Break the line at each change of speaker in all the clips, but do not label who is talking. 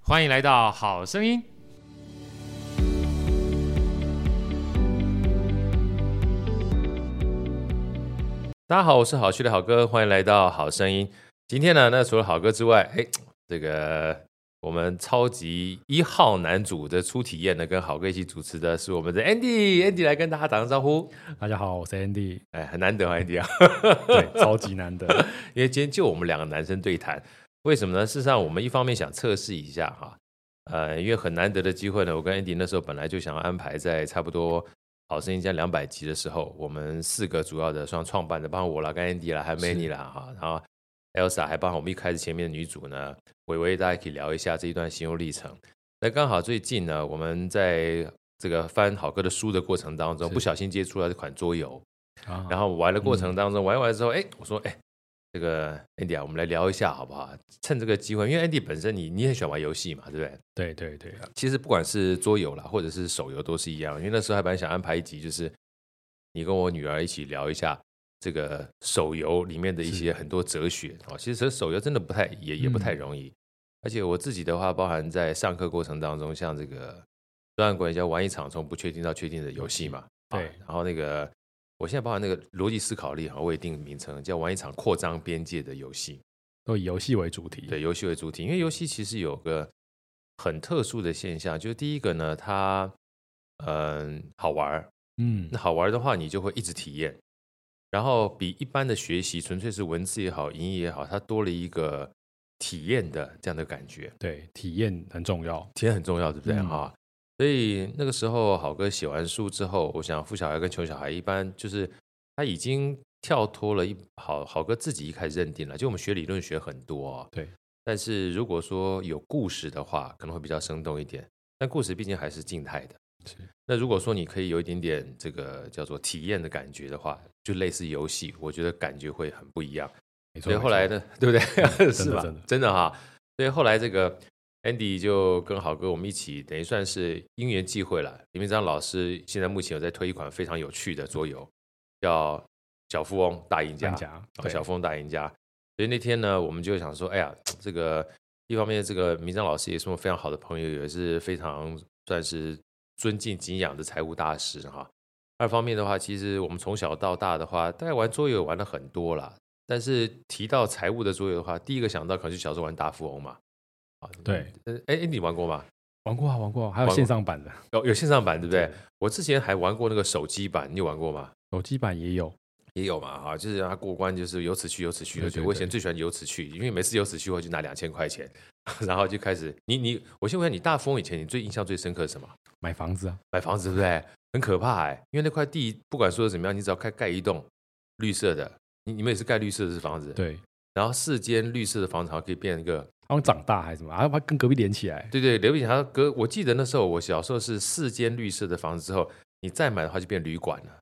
欢迎来到《好声音》。
大家好，我是好趣的好哥，欢迎来到《好声音》。今天呢，那除了好哥之外，哎，这个我们超级一号男主的初体验呢，跟好哥一起主持的是我们的 Andy，Andy 来跟大家打声招呼。
大家好，我 是 Andy，
哎，很难得啊，Andy 啊，
对， 超级 难得，
因为今天就我们两个男生对谈，为什么呢？事实上，我们一方面想测试一下哈，呃，因为很难得的机会呢，我跟 Andy 那时候本来就想要安排在差不多《好声音》加两百集的时候，我们四个主要的双创办的，包括我啦、跟 Andy 啦、还有 Many 啦哈，然后 Elsa 还包括我们一开始前面的女主呢，微微，大家可以聊一下这一段心路历程。那刚好最近呢，我们在这个翻好哥的书的过程当中，
是
不小心接触到这款桌游，然
后
后玩的过程当中，玩一玩之后，哎，我说，哎，这个 Andy 啊，我们来聊一下好不好？趁这个机会，因为 Andy 本身你你很喜欢玩游戏嘛，对不对？
对对对啊，
其实不管是桌游啦，或者是手游都是一样。因为那时候还本来想安排一集，就是你跟我女儿一起聊一下这个手游里面的一些很多哲学哦。其实手游真的不太也也不太容易，而且我自己的话，包含在上课过程当中，像这个专案管理家玩一场从不确定到确定的游戏嘛，
对
啊然后那个。我现在包含那个逻辑思考力，好像我也定名称，叫玩一场扩张边界的游戏。
都以游戏为主题，
对游戏为主体，因为游戏其实有个很特殊的现象，就是第一个呢，它嗯好玩儿，
嗯
那，好玩儿的话，你就会一直体验，然后比一般的学习，纯粹是文字也好，影音也好，它多了一个体验的这样的感觉，
对，体验很重要，
体验很重要，对不对
嗯
哈、所以那个时候，好哥写完书之后，我想富小孩跟穷小孩一般就是他已经跳脱了一好好哥自己一开始认定了，就我们学理论学很多、哦，
对，
但是如果说有故事的话，可能会比较生动一点。但故事毕竟还是静态的。
是
那如果说你可以有一点点这个叫做体验的感觉的话，就类似游戏，我觉得感觉会很不一样。
没
所
错。
以后来
没错
呢， 对不对？是
真的
吧
真的？
真的哈。所以后来这个 Andy 就跟好哥我们一起，等于算是因缘际会了。李明章老师现在目前有在推一款非常有趣的桌游，叫《小富翁大赢家》
这样。讲，
哦
对，
小峰大赢家。所以那天呢，我们就想说，哎呀，这个一方面，这个明章老师也是我们非常好的朋友，也是非常算是尊敬敬仰的财务大师哈。二方面的话，其实我们从小到大的话，大概玩桌游玩了很多啦。但是提到财务的桌游的话，第一个想到可能是小时候玩大富翁嘛。啊，
对，
呃，哎哎，你玩过吗？
玩过啊，玩过啊，还
玩
有
过
线上版的，
有有线上版对不对
对？
我之前还玩过那个手机版，你有玩过吗？
手机版也有，
也有嘛哈，就是让他过关，就是由此去由此去。
对
而且
对
我以前
对
最喜欢由此去，因为每次由此去我就拿两千块钱，然后就开始你你，我先问一下你大风以前你最印象最深刻是什么？
买房子啊，
买房子对不对？很可怕哎、因为那块地不管说的怎么样，你只要盖盖一栋绿色的，你你们也是盖绿色的是房子，。
对，
然后四间绿色的房子好像可以变一个，
好像长大还是什么，还把跟隔壁连起来，
对对，刘炳强隔我记得那时候我小时候是四间绿色的房子之后，你再买的话就变旅馆了。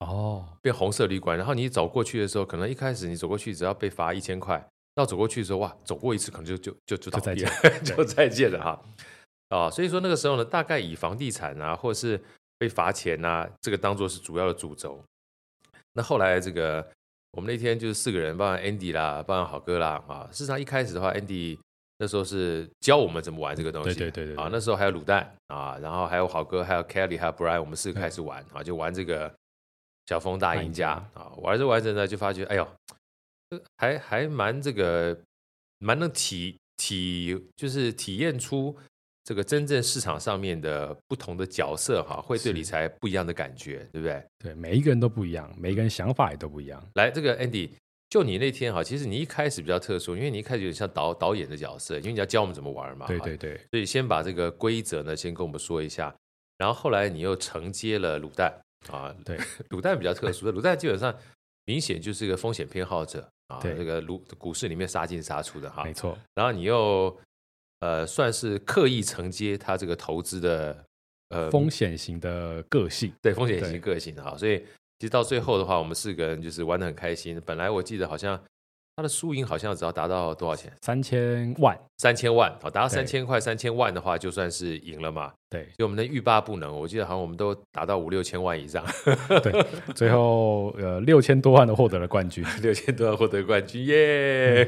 哦，
变红色旅馆，然后你走过去的时候，可能一开始你走过去只要被罚一千块，到走过去的时候，哇，走过一次可能就就就就倒闭了，
见
就再见了哈。啊，所以说那个时候呢，大概以房地产啊，或是被罚钱啊，这个当做是主要的主轴。那后来这个我们那天就是四个人，包含 Andy 啦，包含好哥啦啊。事实上一开始的话，Andy 那时候是教我们怎么玩这个东西，
对对对对对
啊。那时候还有卤蛋啊，然后还有好哥，还有 Kelly，还有 Brian，我们四个开始玩啊，就玩这个小峰大赢家啊。玩着玩着呢，就发觉哎呦，这还还蛮这个蛮能体体就是体验出。这个真正市场上面的不同的角色哈，会对
是
理财不一样的感觉，对不对？
对，每一个人都不一样，每一个人想法也都不一样，
来，这个 Andy，就你那天哈，其实你一开始比较特殊，因为你一开始有点像导导演的角色，因为你要教我们怎么玩嘛。啊
对
哈
对。对，
所以先把这个规则呢，先跟我们说一下，然后后来你又承接了卤蛋啊，
对，
卤蛋比较特殊，卤蛋基本上明显就是一个风险偏好者啊，
对
这个卤股市里面杀进杀出的哈
没。错，
然后你又呃，算是刻意承接他这个投资的呃
风险型的个性，
对风险型
对
个性哈，所以其实到最后的话，我们四个人就是玩的很开心。本来我记得好像他的输赢好像只要达到多少钱，
三千万，
三千万好，达到
对
三千块、三千万的话，就算是赢了嘛。
对
所以我们的欲罢不能，我记得好像我们都达到五六千万以上，
对，最后呃六千多万的获得了冠军，
六千多万获得冠军耶。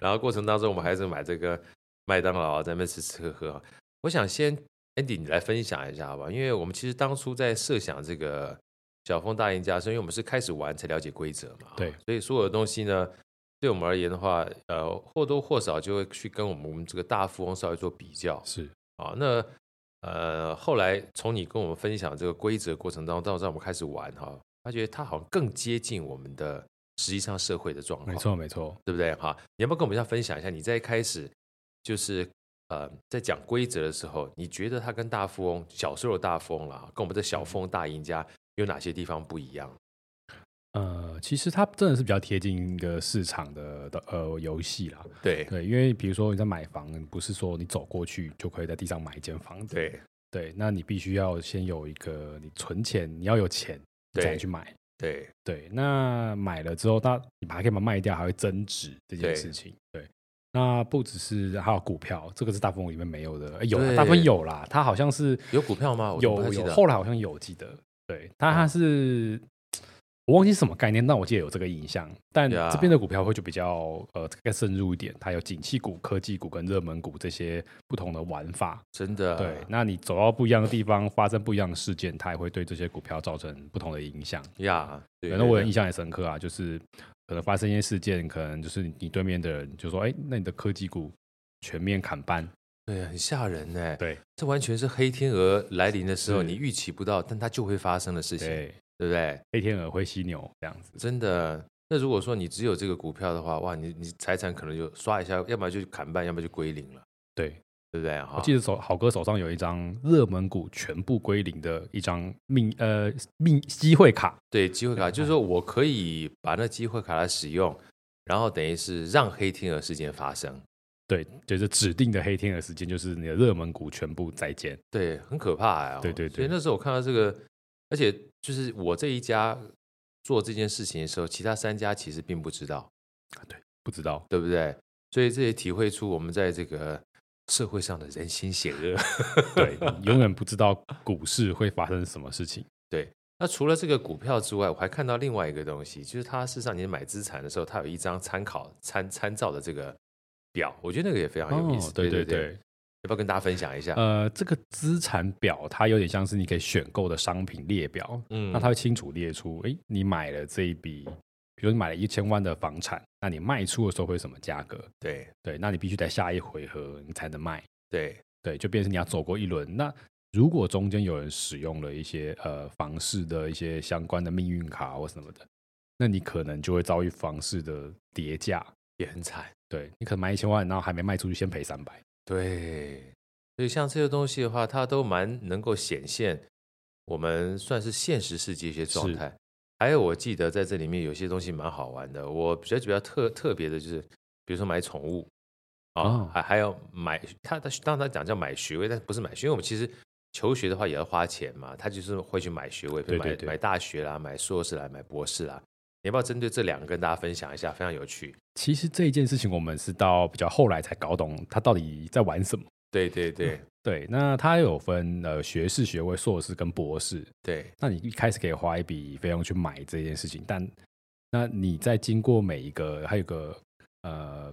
然后过程当中，我们还是买这个。麦当劳啊，在那边吃吃喝喝啊。我想先 Andy 你来分享一下好吧？因为我们其实当初在设想这个小峰大赢家，是因为我们是开始玩才了解规则嘛，
对，
所以所有的东西呢，对我们而言的话，呃，或多或少就会去跟我们这个大富翁稍微做比较
是
啊。那呃，后来从你跟我们分享这个规则过程当中，到让我们开始玩哈，发觉它好像更接近我们的实际上社会的状况，
没错没错。
对不对？哈，你要不要跟我们一下分享一下？你在一开始就是呃，在讲规则的时候，你觉得它跟大富翁小时候的大富翁啦，跟我们的
嗯
小富翁大赢家有哪些地方不一样？
呃，其实它真的是比较贴近一个市场的的呃游戏啦。
对
对，因为比如说你在买房，不是说你走过去就可以在地上买一间房子。
对
对，那你必须要先有一个你存钱，你要有钱你才
对
能去买。
对
对，那买了之后，那你把它可以把它卖掉，还会增值这件
对
事情。对，那不只是还有股票，这个是大富翁里面没有的，呃有啦
对
大部分有啦，它好像是
有股票哦吗我都不太
有
记
有，
得哦
后来好像有记得，对，它它是。我忘记是什么概念，但我记得有这个印象。但
呀
这边的股票会就比较呃更深入一点，它有景气股、科技股跟热门股这些不同的玩法。
真的
对，那你走到不一样的地方，发生不一样的事件，它也会对这些股票造成不同的影响。
呀，对
对，那我也印象很深刻啊，就是可能发生一些事件，可能就是你你对面的人就说：“哎、那你的科技股全面砍班。
对很吓人呢、”
对
这完全是黑天鹅来临的时候
是
你预期不到，但它就会发生的事情，
对，
对不对？
黑天鹅、灰犀牛这样子。
真的。那如果说你只有这个股票的话，哇，你你财产可能就刷一下，要么就砍半，要么就归零了，
对，
对不对？哈，
我记得手好哥手上有一张热门股全部归零的一张命呃命机会卡。
对，机会卡就是说我可以把那机会卡来使用，然后等于是让黑天鹅事件发生。
对，就是指定的黑天鹅时间，就是你的热门股全部再见。
对，很可怕呀、
对对对
所以那时候我看到这个，而且就是我这一家做这件事情的时候，其他三家其实并不知道，
不知道，
对不对？所以这也体会出我们在这个社会上的人心险恶。
对，你永远不知道股市会发生什么事情。
那除了这个股票之外，我还看到另外一个东西，就是它事实上你买资产的时候，它有一张参考参参照的这个表，我觉得那个也非常有意思。
哦对
对
对，
要不要跟大家分享一下？
呃，这个资产表它有点像是你可以选购的商品列表，
嗯
那它会清楚列出，诶，你买了这一笔，比如你买了一千万的房产，那你卖出的时候会什么价格？
对
对，那你必须在下一回合你才能卖，
对
对，就变成你要走过一轮。那如果中间有人使用了一些呃房市的一些相关的命运卡或什么的，那你可能就会遭遇房市的跌价，
也很惨。
对你可能买一千万，然后还没卖出去，先赔三百。
对，所以像这些东西的话，它都蛮能够显现我们算是现实世界一些状
是
态。还有，我记得在这里面有些东西蛮好玩的。我比较比较特特别的就是，比如说买宠物啊
哦，
还、还有买他他当他讲叫买学位，但不是买学位，因为我们其实求学的话也要花钱嘛，他就是会去买学位，比如
对
买
对对
买大学啦，买硕士啦，买博士啦。你要不要针对这两个跟大家分享一下？非常有趣。
其实这一件事情，我们是到比较后来才搞懂他到底在玩什么。
对对对
对，那它有分呃学士学位、硕士跟博士。
对
那你一开始可以花一笔费用去买这件事情，但那你在经过每一个，还有个呃，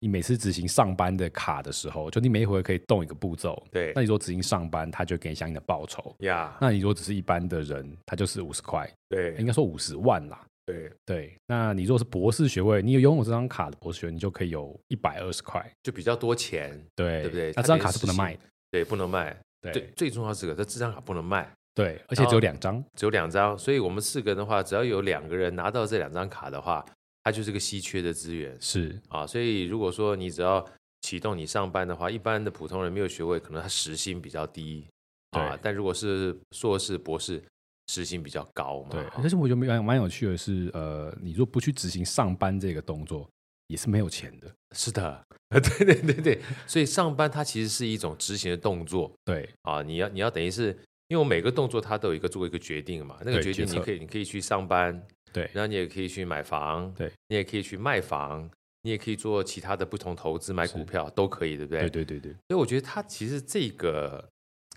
你每次执行上班的卡的时候，就你每一回可以动一个步骤。
对
那你说执行上班，它就给你相应的报酬。
呀，
那你如果只是一般的人，它就是五十块，应
对
该说五十万啦。
对，
对，那你如果是博士学位，你有拥有这张卡的博士学位，你就可以有一百二十块。
就比较多钱，
对
对不对
那
它
这张
等于
卡是不能
实行
卖的。
对，不能卖。
对
最最重要是这个，这这张卡不能卖，
对，而且只有两张。
只有两张，所以我们四个人的话，只要有两个人拿到这两张卡的话，它就是个稀缺的资源
是，
啊。所以如果说你只要启动你上班的话，一般的普通人没有学位，可能他时薪比较低啊
对，
但如果是硕士、博士，时薪比较高嘛。
对。
啊
而且我觉得蛮蛮有趣的是，呃，你若不去执行上班这个动作，也是没有钱的。
是的， 对对对对，所以上班它其实是一种执行的动作，
对，
啊，你要你要等于是，因为我每个动作它都有一个做一个决定嘛，那个
对
决定
决
你
策
可以你可以去上班，
对
然后你也可以去买房，
对，
你也可以去卖房，你也可以做其他的不同投资，买股票都可以，对不对？
对，对，对，对，
所以我觉得它其实这个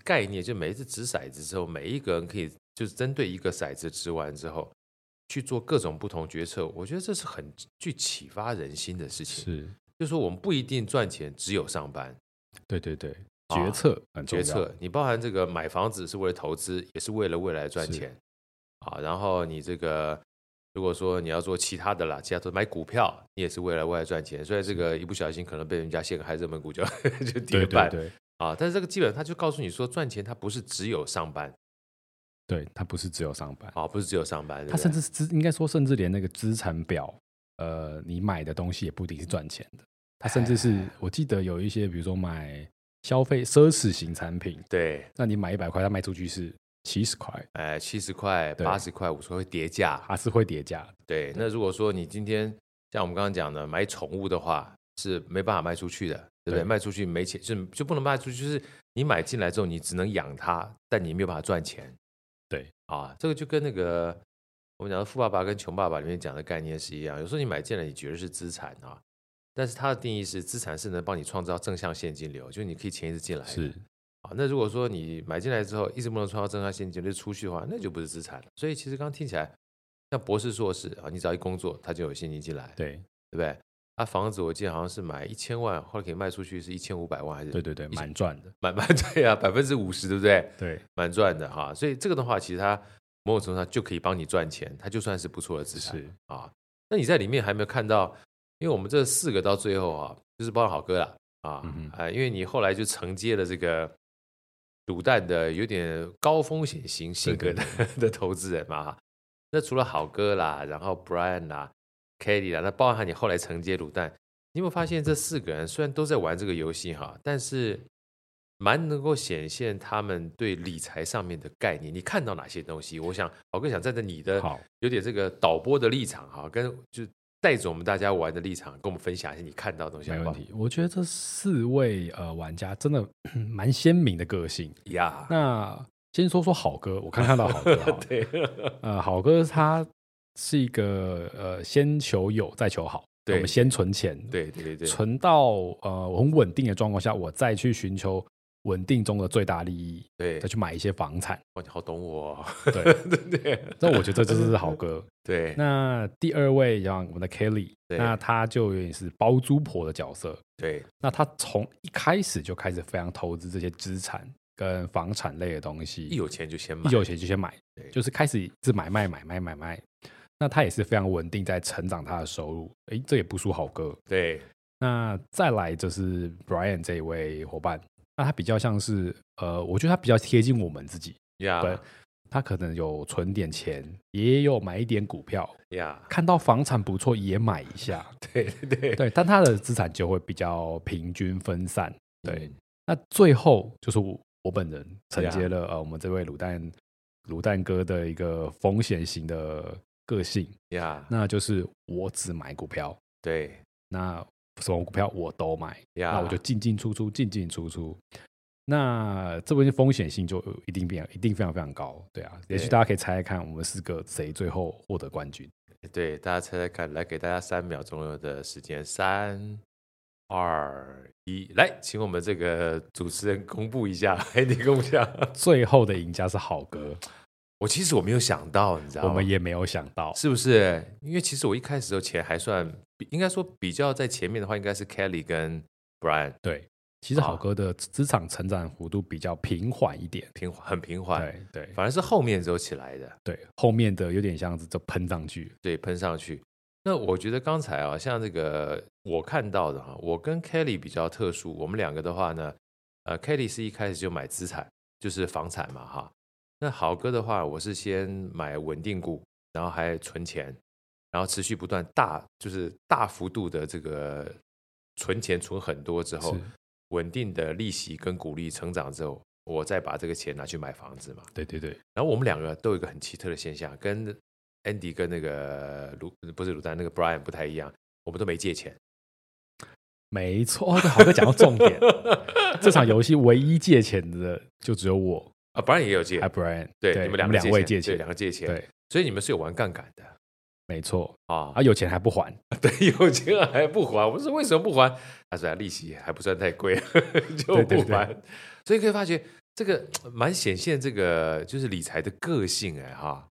概念，就每一次掷骰子之后，每一个人可以就是针对一个骰子掷完之后。去做各种不同决策，我觉得这是很具启发人心的事情。
是。
就是说我们不一定赚钱只有上班，
对对对，
啊
决策很重
决
要，
策，你包含这个买房子是为了投资，也是为了未来赚
是
钱啊。然后你这个如果说你要做其他的啦，其他都买股票，你也是为了未来赚钱。所以这个一不小心可能被人家陷害，热门股就 就跌
对
半
对对
啊。但是这个基本上他就告诉你说，赚钱它不是只有上班
对，它不是只有上班，
啊，不是只有上班，对
它
不
甚
对
至是资应该说甚至连那个资产表，呃，你买的东西也不一定是赚钱的，它甚至
哎
是我记得有一些，比如说买消费奢侈型产品，
对，
那你买一百块，它卖出去是七十块，
哎，七十块、
对
八十块、五十块会叠价，
它是会叠加的，
对，那如果说你今天像我们刚刚讲的买宠物的话，是没办法卖出去的，对不对？
对
卖出去没钱，就就不能卖出去，就是你买进来之后，你只能养它，但你没有办法赚钱。
对
啊，这个就跟那个我们讲的《富爸爸》跟《穷爸爸》里面讲的概念是一样。有时候你买进来，你觉得是资产啊，但是它的定义是资产是能帮你创造正向现金流，就是你可以钱一直进来的。
是
啊，那如果说你买进来之后一直不能创造正向现金流就出去的话，那就不是资产了。所以其实刚刚听起来，像博士、硕士啊，你只要一工作，他就有现金进来，
对
对不对？啊，房子我记得好像是买一千万，后来可以卖出去是一千五百万，还是
对对对，
一些
蛮赚的，
满满 对啊，百分之五十，对不对？
对
蛮赚的哈。所以这个的话，其实它某种程度上就可以帮你赚钱，它就算是不错的资产
是
啊。那你在里面还没有看到，因为我们这四个到最后啊，就是包括好哥啦啊
嗯哼
啊，因为你后来就承接了这个卤蛋的有点高风险型性格的 的投资人嘛哈。那除了好哥啦，然后 Brian 啦、Kelly 啦，那包含你后来承接卤蛋，你有没有发现这四个人虽然都在玩这个游戏哈，但是蛮能够显现他们对理财上面的概念。你看到哪些东西？我想好哥想站在你的
好。
有点这个导播的立场哈，跟就带着我们大家玩的立场，跟我们分享一下你看到的东西好
没
不
问
好？
题，我觉得这四位呃玩家真的 蛮鲜明的个性。
呀，
那先说说好哥，我刚看到好哥好了，
对，
呃，好哥他是一个呃先求有再求好，
对
我们先存钱，，
对对对对，
存到呃我很稳定的状况下，我再去寻求稳定中的最大利益，
对
再，去买一些房产。
哇，你好懂我哦，
对，
对不对
那我觉得这就是好哥。
对，
那第二位像我们的 Kelly，
对
那他就有点是包租婆的角色，
对
那他从一开始就开始非常投资这些资产跟房产类的东西，
一有钱就先买，
一有钱就先买
对，
就是开始一直买卖买卖买卖。那他也是非常稳定在成长他的收入，诶，这也不输好哥。
对
那再来就是 Brian 这一位伙伴，那他比较像是呃，我觉得他比较贴近我们自己，对
呀
他可能有存点钱，也有买一点股票，
呀，
看到房产不错也买一下，
对对对
对，但他的资产就会比较平均分散，对，那最后就是我我本人
啊
承接了呃我们这位卤蛋卤蛋哥的一个风险型的个性，
呀
那就是我只买股票，
对
那什么股票我都买，
呀，
那我就进进出出进进出出。那这边风险性就一定变，一定非常非常高，对啊。也许
对
大家可以猜猜看，我们四个谁最后获得冠军？
对大家猜猜看，来给大家三秒钟的时间，三二一，来，请我们这个主持人公布一下，哎， 你公布一下。
最后的赢家是好哥，
我其实我没有想到，你知道吗？
我们也没有想到，
是不是？因为其实我一开始的时候钱还算，比应该说比较在前面的话，应该是 Kelly 跟 Brian
对。其实
啊
好哥的职场成长幅度比较平缓一点，
平很平缓，
对对
反而是后面之后起来的，
对，后面的有点像是就喷上去，
对，喷上去。那我觉得刚才啊，像这个我看到的哈，我跟 Kelly 比较特殊，我们两个的话呢，呃，Kelly 是一开始就买资产，就是房产嘛哈。那豪哥的话，我是先买稳定股，然后还存钱，然后持续不断大，就是大幅度的这个存钱存很多之后
是，
稳定的利息跟股利成长之后，我再把这个钱拿去买房子嘛。
对对对，
然后我们两个都有一个很奇特的现象，跟 Andy 跟那个鲁不是鲁丹那个 Brian 不太一样，我们都没借钱。
没错。哦，对，好哥讲到重点，这场游戏唯一借钱的就只有我，
啊，Brian 也有借
还，Brian，
对，
对
你们
我
两
们
个
两位
借钱，
借
对，
钱
两，个借钱，
对，
所以你们是有玩杠杆的
没错。
啊
啊，，有钱还不还，
对，有钱还不还，我说为什么不还？他说啊利息还不算太贵， 就不
对对
还。所以可以发觉这个蛮显现这个就是理财的个性哎哈，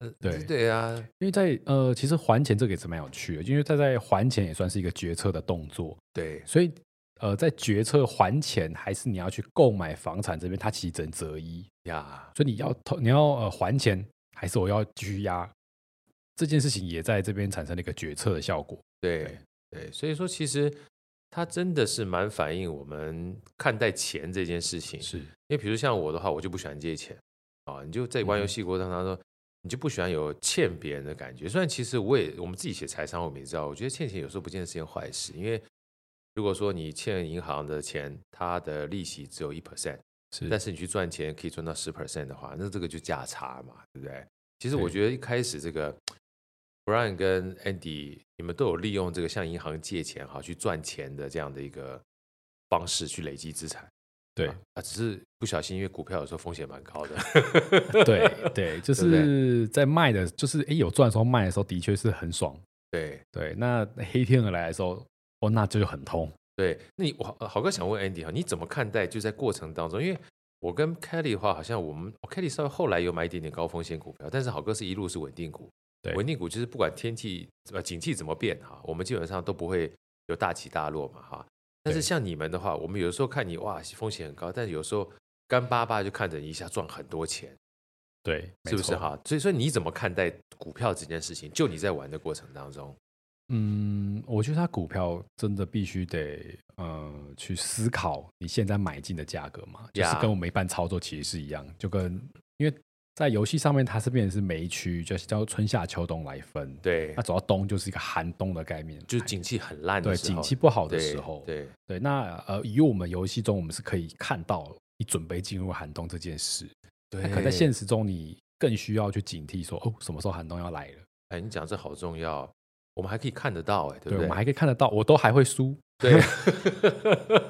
呃
对
对啊，
因为在呃，其实还钱这个也是蛮有趣的，因为他在还钱也算是一个决策的动作，
对
所以呃，在决策还钱还是你要去购买房产这边，它其实只能择一，
呀，
所以你要投你要呃还钱，还是我要继续押，这件事情也在这边产生了一个决策的效果。
对对，所以说其实它真的是蛮反映我们看待钱这件事情。
是，
因为比如像我的话，我就不喜欢借钱啊，你就在玩游戏过程当中，你就不喜欢有欠别人的感觉。虽然其实我也我们自己写财商，我们也知道，我觉得欠钱有时候不见得是件坏事，因为如果说你欠银行的钱，它的利息只有一 percent，
是
但是你去赚钱可以赚到十 percent 的话，那这个就价差嘛，对不对？其实
对
我觉得一开始这个 Brian 跟 Andy 你们都有利用这个向银行借钱哈去赚钱的这样的一个方式去累积资产。
对
啊，啊，只是不小心，因为股票有时候风险蛮高 的。
对对，就
对不对
是在卖的，就是诶有赚的时候卖的时候，的确是很爽。
对
对，那黑天鹅来的时候，哦，那就很痛。
对，那你我好呃好哥想问 Andy 哈，你怎么看待就在过程当中？因为我跟 Kelly 的话，好像我们、哦、Kelly 稍微后来有买一点点高风险股票，但是好哥是一路是稳定股。
对
稳定股就是不管天气呃景气怎么变哈，我们基本上都不会有大起大落嘛哈。但是
对
像你们的话，我们有的时候看你哇风险很高，但是有时候干巴巴就看着你一下赚很多钱，
对，
是不是
哈？
哈？所以说你怎么看待股票这件事情？就你在玩的过程当中，
嗯，我觉得它股票真的必须得呃去思考你现在买进的价格嘛，就是
呀
跟我们一般操作其实是一样，就跟因为在游戏上面它是变成是每一区就是叫春夏秋冬来分，，
对
那，主要冬就是一个寒冬的概念，
就是景气很烂的
啊对
时候，
景气不好的
对
时候，
对
对，那呃以我们游戏中我们是可以看到你准备进入寒冬这件事，
对
那可在现实中你更需要去警惕说哦什么时候寒冬要来了，
哎，你讲这好重要，我们还可以看得到，哎，对
对
不
我
对
们？还可以看得到，我都还会输，
对，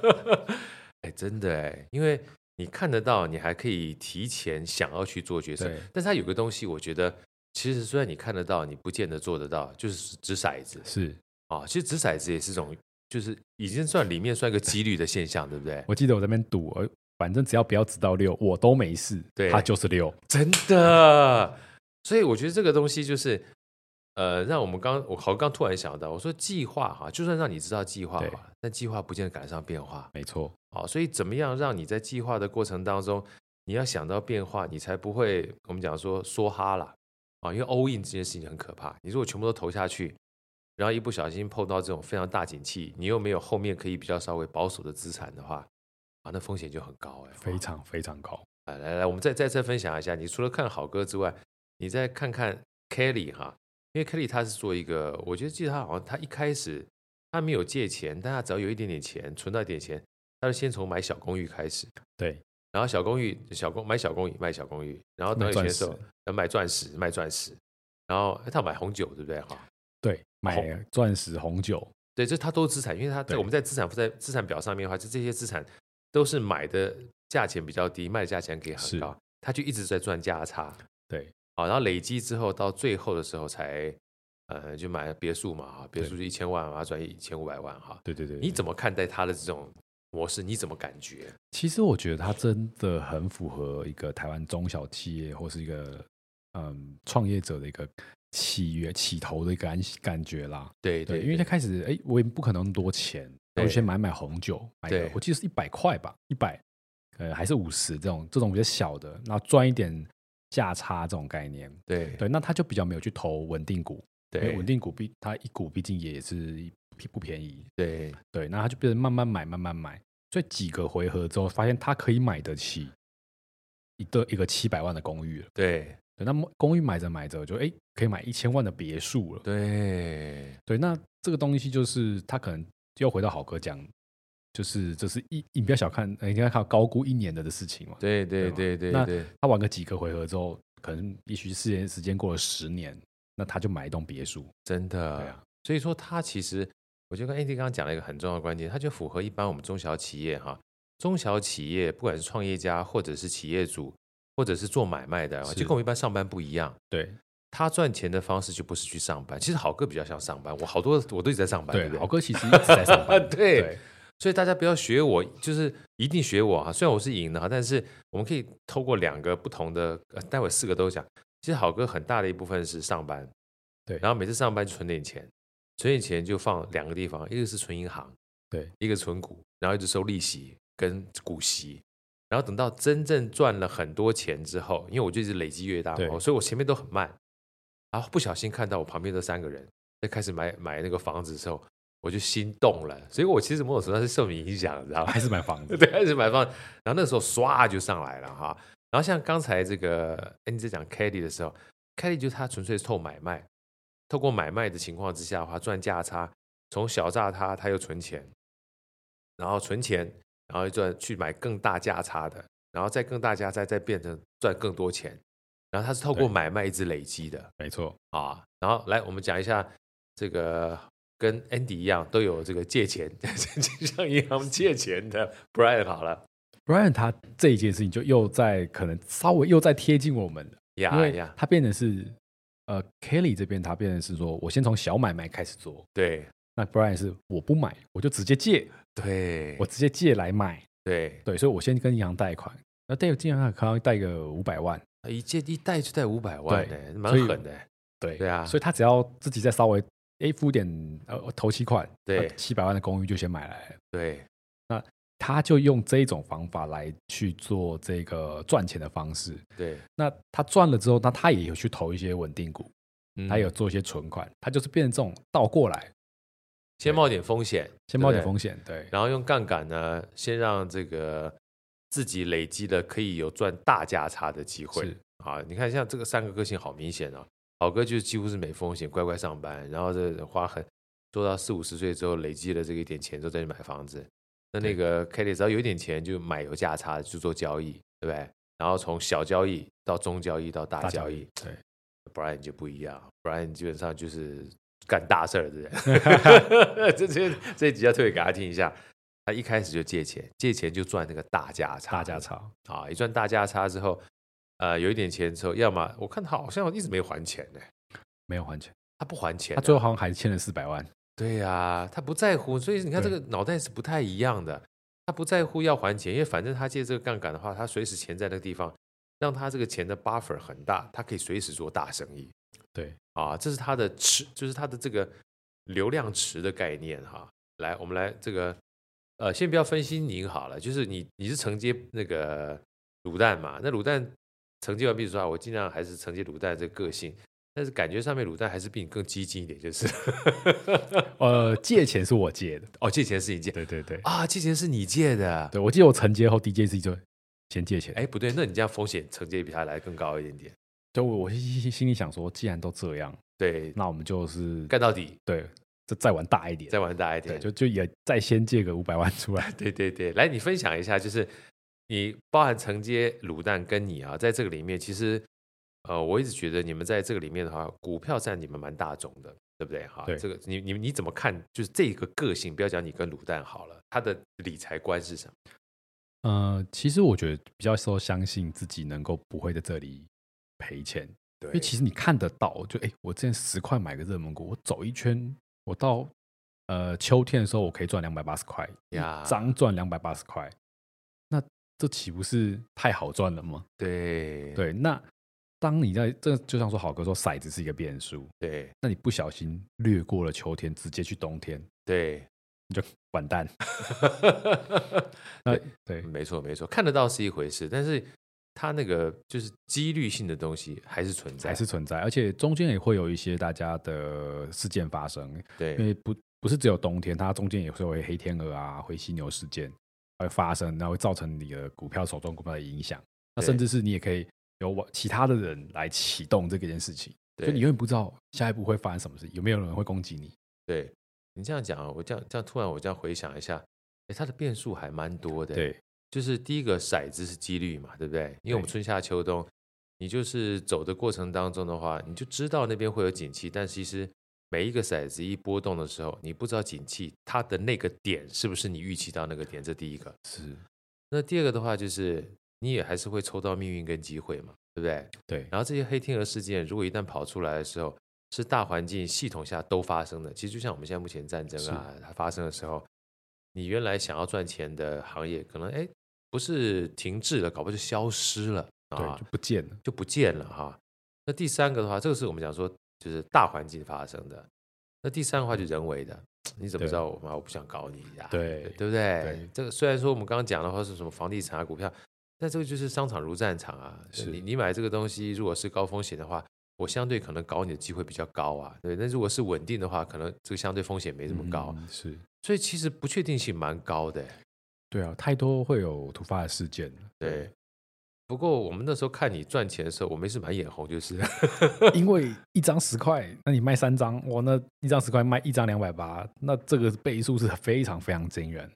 哎，真的哎，因为你看得到，你还可以提前想要去做决策
对，
但是它有个东西，我觉得其实虽然你看得到，你不见得做得到，就是掷骰子
是。
啊。其实掷骰子也是一种，就是已经算里面算一个几率的现象，对不对？
我记得我在那边赌，呃反正只要不要直到六，我都没事。
对
它就是六。
真的。所以我觉得这个东西就是，呃，让我们刚我好像刚突然想到，我说计划哈，就算让你知道计划
对
好了，但计划不见得赶得上变化
没错，
好，所以怎么样让你在计划的过程当中，你要想到变化，你才不会我们讲说梭哈啦啊，因为 all in 这件事情很可怕。你如果全部都投下去，然后一不小心碰到这种非常大景气，你又没有后面可以比较稍微保守的资产的话，啊，那风险就很高哎、
非常非常高。
啊，来来，我们再再次分享一下，你除了看好歌之外，你再看看 Kelly 哈，因为 Kelly 他是做一个，我觉得记得他好像他一开始他没有借钱，但他只要有一点点钱，存到一点钱，他就先从买小公寓开始，
对，
然后小公寓小公买小公寓卖小公寓，然后等有
买
钱
钻
的
石
时，候呃买钻石卖钻石，然后哎他买红酒对不对哈？
对，买钻石、红酒，
对，这他都是资产，因为他在
对
我们在资产负债资产表上面的话，就这些资产都是买的价钱比较低，卖的价钱可以很
是
高，他就一直在赚价差。
对，
好，然后累积之后，到最后的时候才，呃，就买了别墅嘛，哈，别
对
墅就一千万嘛，赚一千五百万哈。
对对对。
你
对
怎么看待他的这种模式？你怎么感觉？
其实我觉得它真的很符合一个台湾中小企业或是一个嗯创业者的一个契约起头的一个感感觉啦。
对
对，因为他开始，哎，我也不可能那么多钱，我
对
就先买买红酒，买个
对
我记得是一百块吧，一百，呃，还是五十这种这种比较小的，然后赚一点价差这种概念。
对
对，那他就比较没有去投稳定股，因为
对
稳定股毕它一股毕竟也是不便宜，
对
对，那他就变成慢慢买，慢慢买，所以几个回合之后，发现他可以买得起一个一个七百万的公寓了。
对
对，那么公寓买着买着就哎、诶可以买一千万的别墅了。
对
对，那这个东西就是他可能又回到好哥讲，就是这是一你不要小看，呃你要看高估一年的的事情嘛。
对对
吧
对对
那
对
他玩个几个回合之后，可能也许时间时间过了十年，那他就买一栋别墅。
真的。
对啊，
所以说他其实，我觉得跟 Andy 刚刚讲了一个很重要的观点，他就符合一般我们中小企业哈，中小企业不管是创业家或者是企业主，或者是做买卖的啊，
是
就跟我们一般上班不一样。
对
他赚钱的方式就不是去上班。其实好哥比较像上班，我好多我都一直在上班，对
对，
不
豪
对？
哥其实一直在上 班。
对所以大家不要学我，就是一定学我啊！虽然我是赢的哈，但是我们可以透过两个不同的，呃待会四个都讲，其实好哥很大的一部分是上班，
对
然后每次上班就存点钱，存点钱就放两个地方，一个是存银行，
对，
一个存股，然后一直收利息跟股息。然后等到真正赚了很多钱之后，因为我就一直累积越大
对
嘛，所以我前面都很慢。然后不小心看到我旁边这三个人在开始买买那个房子的时候，我就心动了。所以我其实某种程度上是受你影响，你知道吗？
还是买房子。
对，开始买房，然后那时候唰就上来了哈。然后像刚才这个，哎，你在讲 k a d y 的时候 k a d y 就是他纯粹是透买卖，透过买卖的情况之下的话，赚价差，从小榨他，他又存钱，然后存钱，然后又赚去买更大价差的，然后再更大价差，再变成赚更多钱，然后他是透过
对
买卖一直累积的
没错，
啊。然后来，我们讲一下这个。跟 Andy 一样，都有这个借钱， 向银行借钱的 Brian 好了，
Brian 他这一件事情就又在可能稍微又在贴近我们了，
呀
因为
呀，
他变成是呃 Kelly 这边他变成是说我先从小买卖开始做，
对
那 Brian 是我不买，我就直接借，
对，
我直接借来买，
对
对，所以我先跟银行贷款，那贷银行可能贷个五百万，
啊一借一贷就贷五百万呢、
对
蛮
所以
狠的、欸。
对
对啊
所以他只要自己再稍微哎付点呃头期款，
对
七百万的公寓就先买来了，
对
他就用这一种方法来去做这个赚钱的方式。
对，
那他赚了之后，那他也有去投一些稳定股，
嗯
他有做一些存款，他就是变成这种倒过来，
先冒点风险，
先冒点
对不对
风险，对
然后用杠杆呢，先让这个自己累积的可以有赚大价差的机会
是
啊。你看，像这个三个个性好明显啊，好哥就几乎是没风险，乖乖上班，然后这花很做到四五十岁之后，累积了这个一点钱之后再去买房子。那那
对
个 Kelly 只要有一点钱就买有价差的去做交易，对不对？然后从小交易到中交易到大
大
交
交
易
易，，对
Brian 就不一样，Brian 基本上就是干大事儿的 人。这这这一集要特别给他听一下，他一开始就借钱，借钱就赚那个大价差，
大家差，
啊，一赚大价差之后，呃，有一点钱之后，要么我看他好像一直没还钱呢、
没有还钱，
他不还钱啊、
他最后好像还欠了四百万，
对呀、他不在乎，所以你看这
对
个脑袋是不太一样的。他不在乎要还钱，因为反正他借这个杠杆的话，他随时钱在那个地方，让他这个钱的 buffer 很大，他可以随时做大生意。
对，
啊，这是它的池，就是它的这个流量池的概念哈、来，我们来这个，呃，先不要分析您好了，就是你你是承接那个卤蛋嘛，那卤蛋承接完毕之后，我尽量还是承接卤蛋这个个性，但是感觉上面卤蛋还是比你更激进一点，就是
呃，借钱是我借的，
哦，借钱是你借
对对对，
啊，借钱是你借的，
对我记得我承接后第一件事情就先借钱，
哎，不对，那你这样风险承接比他来更高一点点，
就我我心心里想说，既然都这样，
对，
那我们就是
干到底，
对，这再玩大一点，
再玩大一点
对，，就就也再先借个五百万出 来，
对对对，来，你分享一下，就是你包含承接卤蛋跟你啊，在这个里面，其实呃，我一直觉得你们在这个里面的话，股票占你们蛮大众的，对不对？哈，
对
这个你你你怎么看？就是这个个性，不要讲你跟卤蛋好了，他的理财观是什么？
呃，其实我觉得比较说相信自己能够不会在这里赔钱，
对
因为其实你看得到，就哎、诶我之前十块买个热门股，我走一圈，我到呃秋天的时候，我可以赚两百八十块，一
呀
张赚两百八十块，那这岂不是太好赚了吗？
对
对，那当你在这就像说好哥说骰子是一个变数，
对
那你不小心略过了秋天，直接去冬天，
对，
完蛋。 那
对
对
没错没错，看得到是一回事，但是它那个就是几率性的东西还是存在，
还是存在，而且中间也会有一些大家的事件发生，因
对
为不不是只有冬天，它中间也会有黑天鹅啊、灰犀牛事件会发生，那会造成你的股票手中股票的影响，那
对
甚至是你也可以由我其他的人来启动这个件事情，
对
就你永远不知道下一步会发生什么事，有没有人会攻击你，
对你这样讲啊，我这样这样突然我这样回想一下，哎，它的变数还蛮多的。，
对
就是第一个骰子是几率嘛，对不对？因为我们
对
春夏秋冬，你就是走的过程当中的话，你就知道那边会有景气，但其实每一个骰子一波动的时候，你不知道景气它的那个点是不是你预期到那个点，这第一个。
是，
那第二个的话就是你也还是会抽到命运跟机会嘛，对不对？
对
然后这些黑天鹅事件如果一旦跑出来的时候，是大环境系统下都发生的。其实就像我们现在目前战争啊，它发生的时候，你原来想要赚钱的行业，可能哎不是停滞了，搞不好就消失了
对
啊
就，不见了，
就不见了哈、那第三个的话，这个是我们讲说就是大环境发生的。那第三个话就人为的，你怎么
对
知道我妈我不想搞你呀、
对
哎对不对？
对
这个虽然说我们刚刚讲的话是什么房地产啊、股票，但这个就是商场如战场啊。
是
你你买这个东西，如果是高风险的话，我相对可能搞你的机会比较高啊。对，那如果是稳定的话，可能这个相对风险没这么高。啊
嗯是
所以其实不确定性蛮高的欸、
对啊，太多会有突发的事件 了。
对。不过我们那时候看你赚钱的时候，我没事蛮眼红， 就是
因为一张十块，那你卖三张，哇，那一张十块卖一张两百八，那这个倍数是非常非常惊人。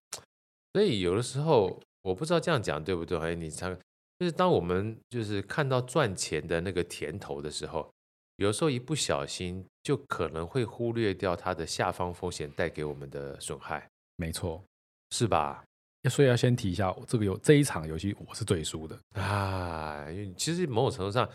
所以有的时候我不知道这样讲对不对，哎，你常就是当我们就是看到赚钱的那个甜头的时候，有时候一不小心就可能会忽略掉它的下方风险带给我们的损害，
没错，
是吧？
所以要先提一下，这个游这一场游戏我是最输的。
啊，因为其实某种程度上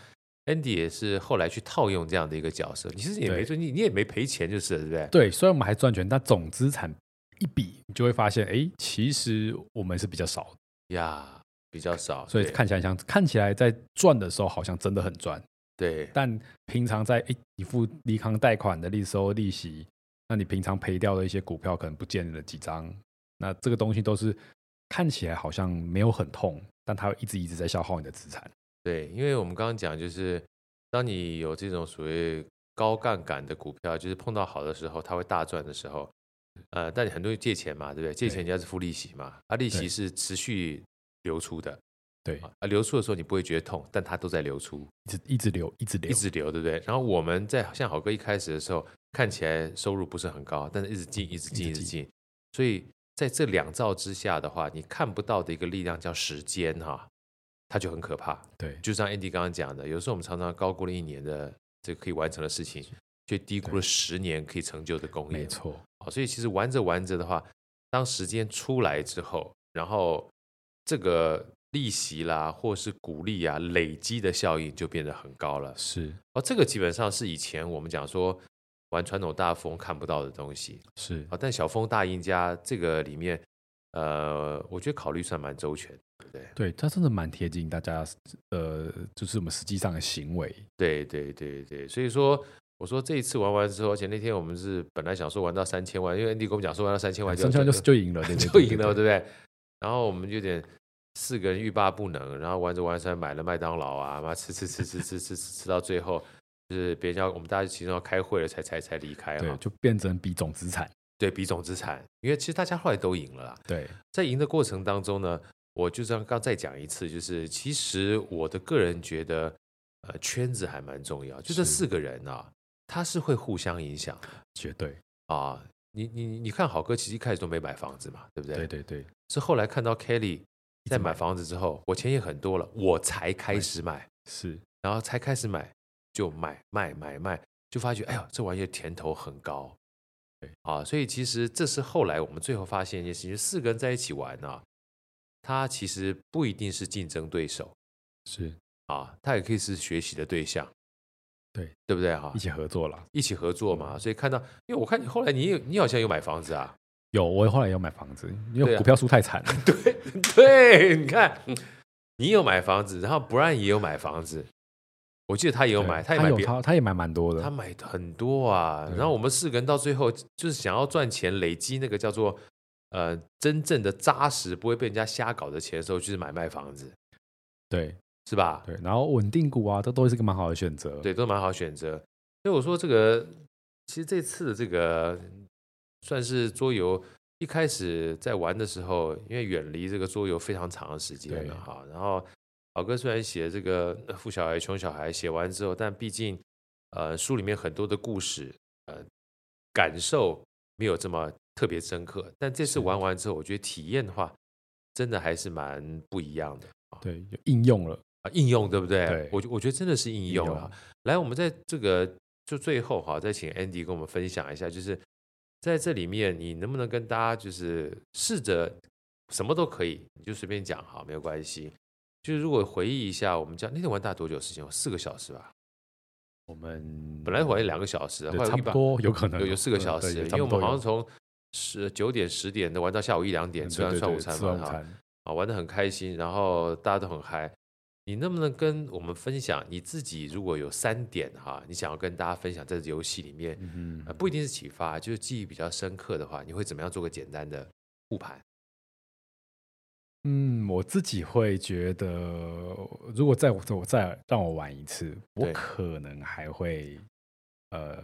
，Andy 也是后来去套用这样的一个角色，你其实也没
对
说你你也没赔钱，就是了对不对？
对，虽然我们还赚钱，但总资产一比，你就会发现，哎，其实我们是比较少的。
呀，比较少，
所以
对
看起来像看起来在赚的时候好像真的很赚，
对
但平常在诶你付利康贷款的利收利息，那你平常赔掉的一些股票可能不见了几张，那这个东西都是看起来好像没有很痛，但它一直一直在消耗你的资产。
对，因为我们刚刚讲，就是当你有这种所谓高杠杆的股票，就是碰到好的时候，它会大赚的时候，呃，但你很多人借钱嘛，对不对？借钱人家是付利息嘛，啊，利息
对
是持续流出的，
对，
啊，流出的时候你不会觉得痛，但它都在流出，
一直一直流，一直流，
一直流，对不对？然后我们在像好哥一开始的时候，看起来收入不是很高，但是一直进，一直进，一
一直
直进，所以在这两兆之下的话，你看不到的一个力量叫时间哈、它就很可怕。
对，
就像 Andy 刚刚讲的，有时候我们常常高估了一年的这个可以完成的事情，却低估了十年可以成就的工
没
业。
错，
好，所以其实玩着玩着的话，当时间出来之后，然后这个利息啦，或是鼓励啊，累积的效应就变得很高了。
是
哦，这个基本上是以前我们讲说玩传统大风看不到的东西。
是
啊，但小风大赢家这个里面，呃，我觉得考虑算蛮周全的，对不对？
对，它真的蛮贴近大家呃，就是我们实际上的行为。
对对对对，所以说我说这一次玩完之后，而且那天我们是本来想说玩到三千万，因为 Andy 跟我们讲说玩到三千万就
哎三千万就就赢了，对对
就
对
赢了，对不
对
对？然后我们有点四个人欲罢不能，然后玩着玩着买了麦当劳啊，妈吃吃吃吃吃吃吃吃到最后，就是别人要我们大家其中要开会了才才才离开
对，
哈，
就变成比总资产。
对比总资产，因为其实大家后来都赢了啦，
对，
在赢的过程当中呢，我就像刚再讲一次，就是其实我的个人觉得，呃，圈子还蛮重要。就这
是
四个人啊，他是会互相影响的
绝对，
啊。你你你看，好哥其实一开始都没买房子嘛，对不对？
对对对，
是后来看到 Kelly
直
在买
买
房子之后，我钱也很多了，我才开始买，
是
然后才开始买就买卖买卖，就发觉哎呦，这玩意儿甜头很高。
对
啊，所以其实这是后来我们最后发现一件事情，就是四个人在一起玩呢、啊，他其实不一定是竞争对手
是，
啊，他也可以是学习的对象，
对
对不对哈、
一起嗯合作了。
一起合作嘛，所以看到，因为我看你后来你也你好像有买房子啊，
有，我后来要买房子，因
对
为
啊
股票输太惨了。
对，你看你有买房子，然后 Brian 也有买房子，我记得他也有
对
买，他
他
也买
有
别
他他也买蛮多
他
的，
买很多啊，
对
然后我们四个人到最后就是想要赚钱，累积那个叫做呃真正的扎实，不会被人家瞎搞的钱的时候，就是买卖房子，
对
是吧？
对。然后稳定股啊，这都是一个蛮好的选择。
对，都蛮好选择。所以我说这个，其实这次的这个算是桌游，一开始在玩的时候，因为远离这个桌游非常长的时间
对
了哈。然后老哥虽然写这个呃富小孩穷小孩写完之后，但毕竟呃书里面很多的故事，呃感受没有这么特别深刻。但这次
是
玩完之后，我觉得体验的话，真的还是蛮不一样的。
对，有应用了，
啊，应用对不对？
对
我觉我觉得真的是应用
应
啊
用。
来，我们在这个就最后哈，再请 Andy 跟我们分享一下，就是在这里面，你能不能跟大家就是试着什么都可以，你就随便讲哈，没有关系。就是如果回忆一下，我们讲那天玩大多久时间？有四个小时吧，
我们
本来玩两个小时，后
对
来
差
一
不
把
多有可能嗯
有有四个小时，
对
因
差
为
不
我们
多
好像
有
从十九点十点的玩到下午一两点，
嗯
吃完
对
算
对
午餐
吃
嘛
完午
哈。
餐，
啊，玩的很开心，然后大家都很嗨。你能不能跟我们分享你自己如果有三点哈、你想要跟大家分享在这游戏里面，
嗯
呃，不一定是启发，就是记忆比较深刻的话，你会怎么样做个简单的复盘？
嗯，我自己会觉得，如果再我再让我玩一次，我
对
可能还会呃，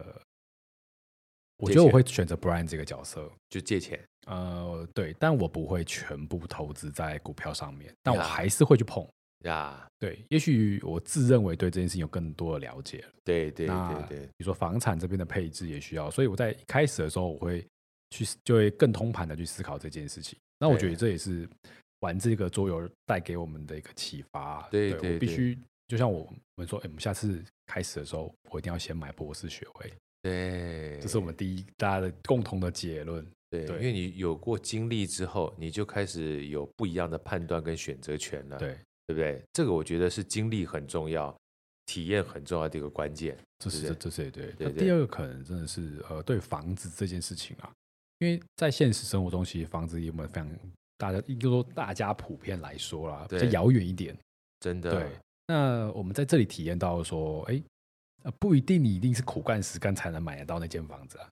我
借
觉得我
钱
会选择 Brian 这个角色。
就借钱，
呃，对，但我不会全部投资在股票上面，但我
呀
还是会去碰。
呀，
对，也许我自认为对这件事情有更多的了解了
对对
那
对对，
比如说房产这边的配置也需要，所以我在一开始的时候，我会去就会更通盘的去思考这件事情。那我觉得
对
这也是玩这个桌游带给我们的一个启发。
对对
我必
对
须就像我们说，哎、我们下次开始的时候，我一定要先买博士学位，
对，
这是我们第一大家的共同的结论。
对，
对
因为你有过经历之后，你就开始有不一样的判断跟选择权了，
对，
对不对？这个我觉得是经历很重要，体验很重要的一个关键。
这是
对
这
不
这是也对。那
对对
第二个可能真的是呃，对房子这件事情啊，因为在现实生活中，其实房子有没有非常大家，应该说大家普遍来说啦，比较
对
遥远一点。
真的，
对，那我们在这里体验到说，哎、呃不一定你一定是苦干实干才能买得到那间房子啊。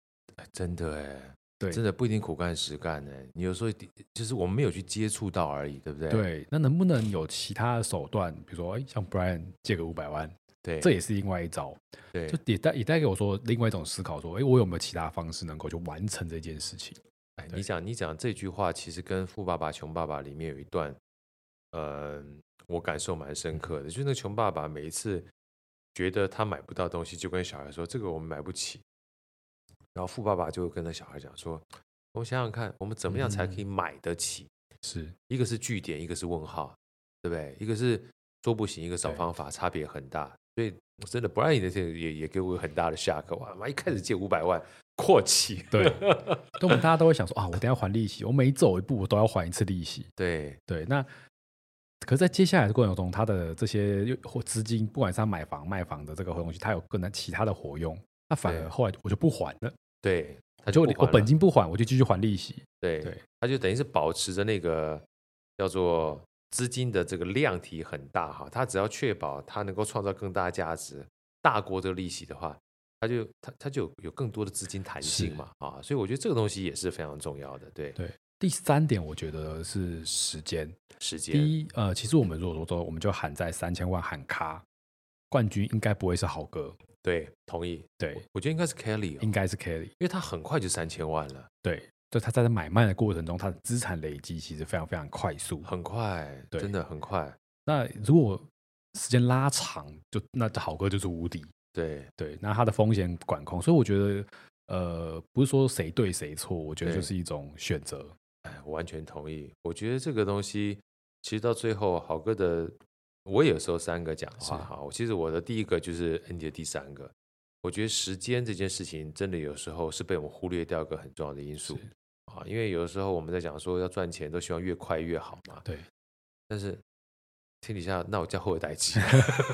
真的哎，
对
真的不一定苦干实干呢。你有时候的就是我们没有去接触到而已，对不对？
对，那能不能有其他的手段，比如说，哎、像 Brian 借个五百万，
对，
这也是另外一招，
对
就也带也带给我说另外一种思考，说，哎、我有没有其他方式能够去完成这件事情？
哎，
对
你讲你讲这句话，其实跟《富爸爸穷爸爸》里面有一段，呃，我感受蛮深刻的。就是那个穷爸爸每一次觉得他买不到东西，就跟小孩说：“这个我们买不起。”然后富爸爸就跟那小孩讲说：“我想想看，我们怎么样才可
嗯
以买得起？
是
一个是句点，一个是问号，对不对？一个是说不行，一个找
对
方法，差别很大。所以真的，Brian 的这个也也给我很大的下课哇！妈一开始借五百万，阔气。
对，对，我们大家都会想说啊，我等一下还利息，我每走一步我都要还一次利息。
对
对，那可是，在接下来的过程中，他的这些又或资金，不管是他买房、卖房的这个东西，他有更多其他的活用，那反
对
而后来我就不还了，
对，他
就
不
我
还了
本金不还，我就继续还利息。
对，
对
他就等于是保持着那个叫做资金的这个量体很大哈，他只要确保他能够创造更大价值，大过这个利息的话，他就他他就有更多的资金弹性
是
嘛啊，所以我觉得这个东西也是非常重要的，对，
对，第三点我觉得是时间。
时间
第一，呃，其实我们如果说说，我们就喊在三千万喊卡，冠军应该不会是豪哥，
对，同意，
对，
我觉得应该是 Kelly，、哦、
应该是 Kelly，
因为他很快就三千万了，
对。就他在买卖的过程中，他的资产累积其实非常非常快速，
很快，
对
真的很快，
那如果时间拉长，就那好哥就是无敌。
对
对，那他的风险管控，所以我觉得，呃，不是说谁对谁错，我觉得
对
就是一种选择。
哎，我完全同意。我觉得这个东西，其实到最后，好哥的我也有时候三个讲话
是
哈。我其实我的第一个就是 Andy 的第三个，我觉得时间这件事情真的有时候是被我们忽略掉一个很重要的因素
是
啊。因为有的时候我们在讲说要赚钱，都希望越快越好嘛。
对，
但是天底下那我叫后 代机，啊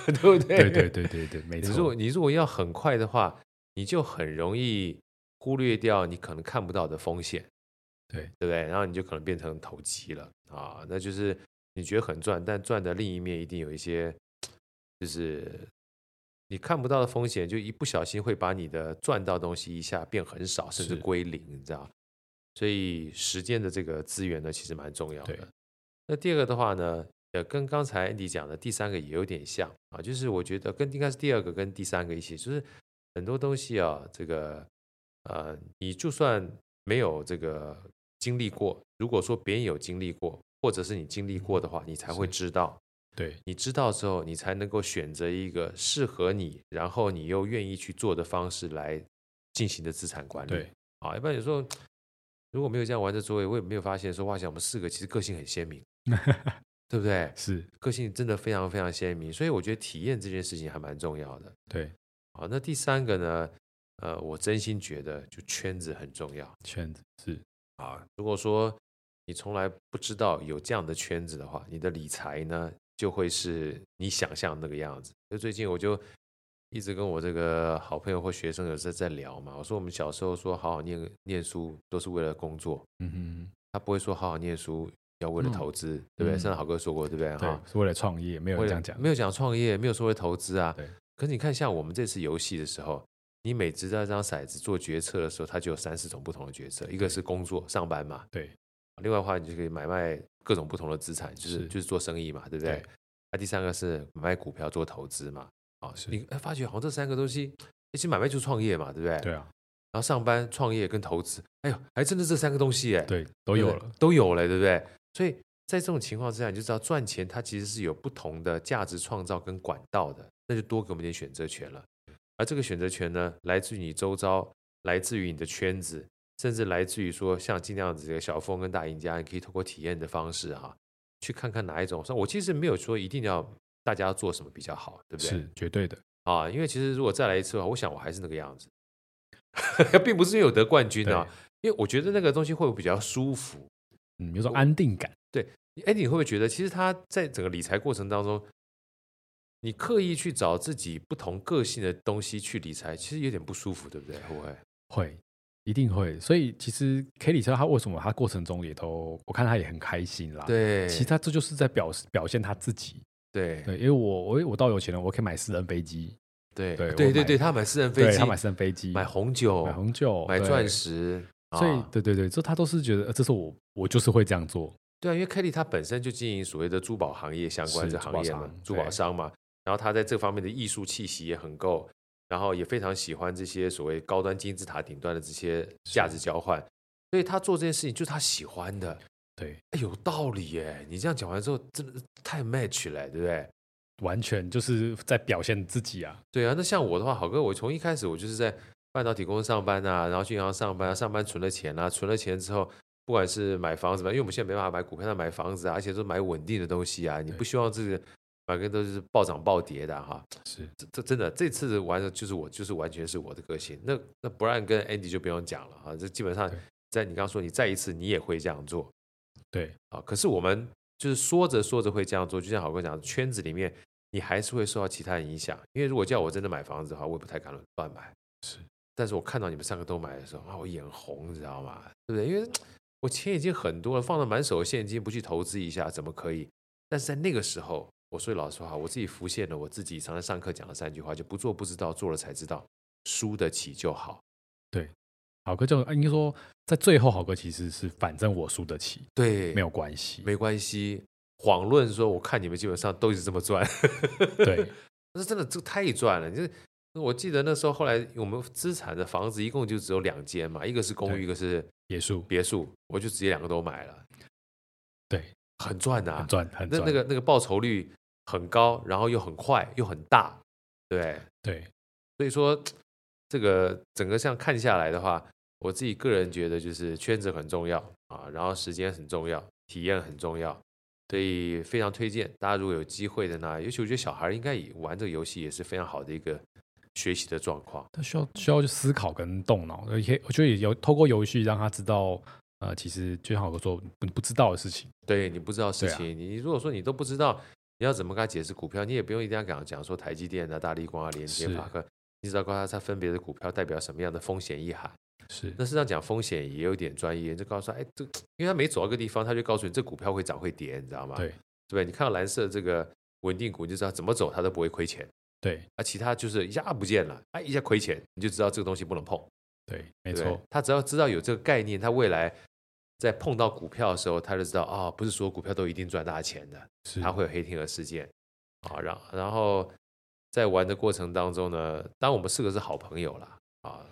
对不对？
对对对对 对，没
你如果
错。
你如果要很快的话，你就很容易忽略掉你可能看不到的风险，
对
对不对？然后你就可能变成投机了啊，那就是你觉得很赚，但赚的另一面一定有一些，就是你看不到的风险，就一不小心会把你的赚到的东西一下变很少，甚至
是
归零，你知道？所以时间的这个资源呢，其实蛮重要
对
的。那第二个的话呢，呃，跟刚才 Andy 讲的第三个也有点像啊，就是我觉得跟应该是第二个跟第三个一起，就是很多东西啊，这个呃，你就算没有这个经历过，如果说别人有经历过，或者是你经历过的话，你才会
是
知道。
对
你知道之后，你才能够选择一个适合你，然后你又愿意去做的方式来进行的资产管理。
对
啊，要不然有时候如果没有这样玩这作业，我也没有发现说，哇塞，我们四个其实个性很鲜明，对不对？
是，
个性真的非常非常鲜明，所以我觉得体验这件事情还蛮重要的。
对
好，那第三个呢？呃，我真心觉得就圈子很重要
圈子是
啊。如果说你从来不知道有这样的圈子的话，你的理财呢就会是你想象那个样子。就最近我就一直跟我这个好朋友或学生有在在聊嘛，我说我们小时候说好好念念书都是为了工作，
嗯哼，
他不会说好好念书要为了投资，对不对？
嗯
上次好哥说过，对不对？
对
哈，，
是为了创业，没有
为了
人这样讲，
没有讲创业，没有说为投资啊。
对。
可是你看，像我们这次游戏的时候，你每掷到一张骰子做决策的时候，它就有三四种不同的决策，一个是工作上班嘛，
对。
另外的话，你就可以买卖各种不同的资产，就是
是
就是做生意嘛，对不对
对？
那、第三个是买卖股票做投资嘛，啊、
是
你哎发觉好像这三个东西，哎其实买卖就是创业嘛，对不对？
对啊，
然后上班、创业跟投资，哎呦，还真的这三个东西哎，
对，都
对
有
不对
了，
都有了，对不对？所以在这种情况之下，你就知道赚钱它其实是有不同的价值创造跟管道的，那就多给我们一点选择权了。而这个选择权呢，来自于你周遭，来自于你的圈子，甚至来自于说像今天这样子的小峰跟大赢家，你可以透过体验的方式哈、去看看哪一种。我其实没有说一定要大家要做什么比较好，对不对？
是绝对的，
啊，因为其实如果再来一次的话，我想我还是那个样子， 并不是因为我得冠军啊，因为我觉得那个东西会比较舒服。
嗯，有种安定感，
哎，你会不会觉得，其实他在整个理财过程当中，你刻意去找自己不同个性的东西去理财，其实有点不舒服，对不对？会不啊会？
会，一定会。所以其实 K 里车他为什么他过程中也都，我看他也很开心啦。，
对
其实他这就是在表示表现他自己。
对
对，因为我我我到有钱了，我可以买私人飞机，
对
对
对
我
对对
买
他买私人飞
对
机，
他买私人飞机，
买红酒，
买红酒，
买
对
钻。石，
所以
啊
对对对，这他都是觉得，呃这是我我就是会这样做。
对啊，因为凯莉她本身就经营所谓的珠宝行业相关
是
这
珠
行
宝
业嘛
商，
珠宝
对
商嘛，然后她在这方面的艺术气息也很够，然后也非常喜欢这些所谓高端金字塔顶端的这些价值交换，所以她做这件事情就是她喜欢的，
对，
哎有道理耶！你这样讲完之后，真的太 match 了，对不对？
完全就是在表现自己啊。
对啊，那像我的话，好哥，我从一开始我就是在半导体公司上班啊，然后去银行上班、啊，上班存了钱啊，存了钱之后，不管是买房子吧，因为我们现在没办法买股票，那买房子啊，而且都买稳定的东西啊，你不希望这个买个都是暴涨暴跌的啊哈、
是，
这这真的这次玩的就是我，就是完全是我的个性。那那 Brian 跟 Andy 就不用讲了啊，这基本上
对
在你刚刚说你再一次你也会这样做，
对，
啊，可是我们就是说着说着会这样做，就像好哥讲的，圈子里面你还是会受到其他人影响。因为如果叫我真的买房子的话，我也不太敢乱买。
是，
但是我看到你们三个都买的时候，啊，我眼红，你知道吗？对不对？因为我钱已经很多了，放了满手的现金，不去投资一下怎么可以？但是在那个时候，我说句老实话，我自己浮现了我自己常常上课讲的三句话：就不做不知道，做了才知道，输得起就好。
好哥就啊应该说，在最后好哥其实是反正我输得起，
对，
没有关系。
没关系。谎论说，我看你们基本上都一直这么赚。
对，
那真的这太赚了！你这，我记得那时候后来我们资产的房子一共就只有两间嘛，一个是公寓，
对
一个是
也输，
别墅，我就直接两个都买了，
对，
很赚呐、
很赚，很
啊那
赚。
那个那个报酬率很高，然后又很快又很大，对，
对，
所以说这个整个像看下来的话，我自己个人觉得就是圈子很重要啊，然后时间很重要，体验很重要，所以非常推荐大家如果有机会的呢，尤其我觉得小孩儿应该也玩这个游戏也是非常好的一个学习的状况。
他需要需要去思考跟动脑，而且我觉得也有透过游戏让他知道，呃，其实就像我说，你不知道的事情，
对你不知道事
对啊
情，你如果说你都不知道，你要怎么跟他解释股票？你也不用一定要讲讲说台积电啊、大力光啊、联电、
是
法克，你只要告诉他它分别的股票代表什么样的风险意涵。
是
那事实上讲风险也有点专业，就告诉他，哎，这因为他每走到一个地方，他就告诉你这股票会涨会跌，你知道吗？
对
对不对？你看到蓝色这个稳定股，你就知道怎么走它都不会亏钱，
对
啊，其他就是一下啊不见了，哎、一下亏钱，你就知道这个东西不能碰。
对，没
对不对
错，
他只要知道有这个概念，他未来在碰到股票的时候，他就知道啊、不是所有股票都一定赚大钱的，
是
它会有黑天鹅事件啊。然然后在玩的过程当中呢，当然我们四个是好朋友啦啊。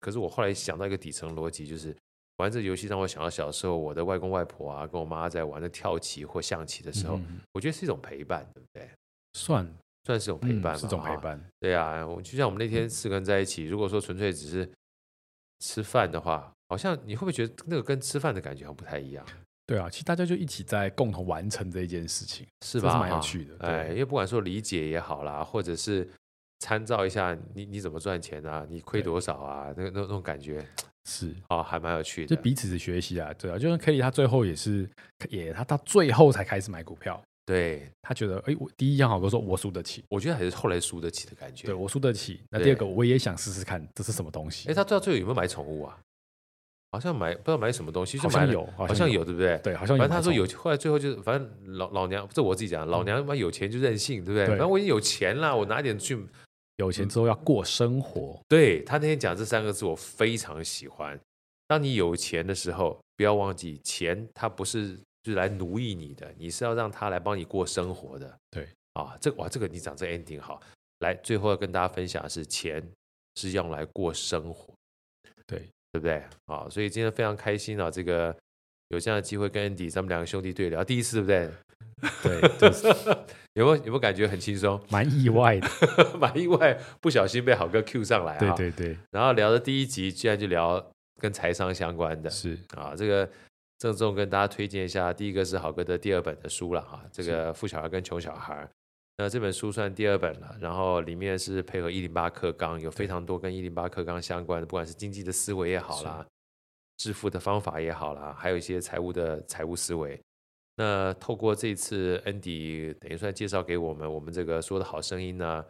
可是我后来想到一个底层逻辑，就是玩这游戏让我想到小时候我的外公外婆啊，跟我妈在玩的跳棋或象棋的时候，
嗯
我觉得是一种陪伴，对不对？
算
算是一种陪
嗯
伴吧，
是种陪
啊
伴，嗯
对啊，我就像我们那天四个人在一起，如果说纯粹只是吃饭的话，好像你会不会觉得那个跟吃饭的感觉好像不太一样，
对啊，其实大家就一起在共同完成这一件事情，
是
这
吧？
是蛮有
哈
趣的
哎，
对
因为不管说理解也好啦，或者是参照一下你你怎么赚钱啊，你亏
对
多少啊，那个那那种感觉
是
啊、哦还蛮有趣
就
的。
彼此的学习啊，对啊，就像 Kelly 他最后也是，也他到最后才开始买股票，
对，
他觉得，哎，我第一样好哥说我输得起，
我觉得还是后来输得起的感觉。
对我输得起，那
对
第二个我也想试试看这是什么东西
哎，，他到最后有没有买宠物啊？好像买不知道买什么东西，就
好
买
像
了
有，
好像有，对不对？
对，好像有
反
买
正他
这种。
说有，后来最后就是，反正老老娘这我自己讲，老娘妈有钱就任性，对不对？
对
反正我已经有钱了，我拿点去。
有钱之后要过生活，
对他那天讲这三个字，我非常喜欢。当你有钱的时候，不要忘记，钱它不是就是来奴役你的，你是要让他来帮你过生活的。
对
啊，这个哇，这个你讲这 ending 好。来，最后要跟大家分享的是，钱是用来过生活。
对，
对不对？啊，所以今天非常开心啊，这个有这样的机会跟 Andy 咱们两个兄弟对聊，第一次对不对？
对，就是
有没有有没有感觉很轻松？
蛮意外的。
蛮意外，不小心被好哥 Q 上来啊。
对。对对，
然后聊的第一集，居然就聊跟财商相关的
是
啊，这个。郑重跟大家推荐一下，第一个是好哥的第二本的书了哈，这个《富小孩跟穷小孩》。那这本书算第二本了，然后里面是配合一零八课纲，有非常多跟一零八课纲相关的，不管是经济的思维也好啦，致富的方法也好啦，还有一些财务的财务思维。那透过这次 Andy 等于算介绍给我们，我们这个说的好声音呢，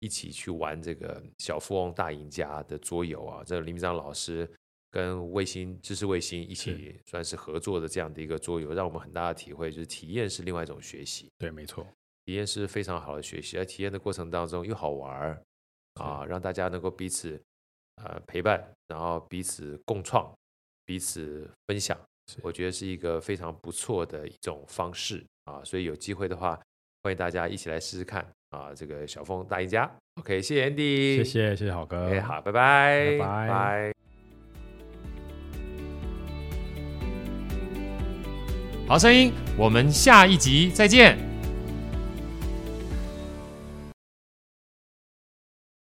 一起去玩这个小富翁大赢家的桌游啊，这林明章老师跟卫星知识卫星一起算是合作的这样的一个桌游，让我们很大的体会就是体验是另外一种学习。
对，没错，
体验是非常好的学习，在体验的过程当中又好玩儿啊，让大家能够彼此呃陪伴，然后彼此共创，彼此分享，我觉得是一个非常不错的一种方式啊。所以有机会的话，欢迎大家一起来试试看啊。这个小峰大赢家，OK，谢谢 Andy，
谢谢谢谢好哥，
，OK，好，拜拜，
拜拜
拜。好声音，我们下一集再见。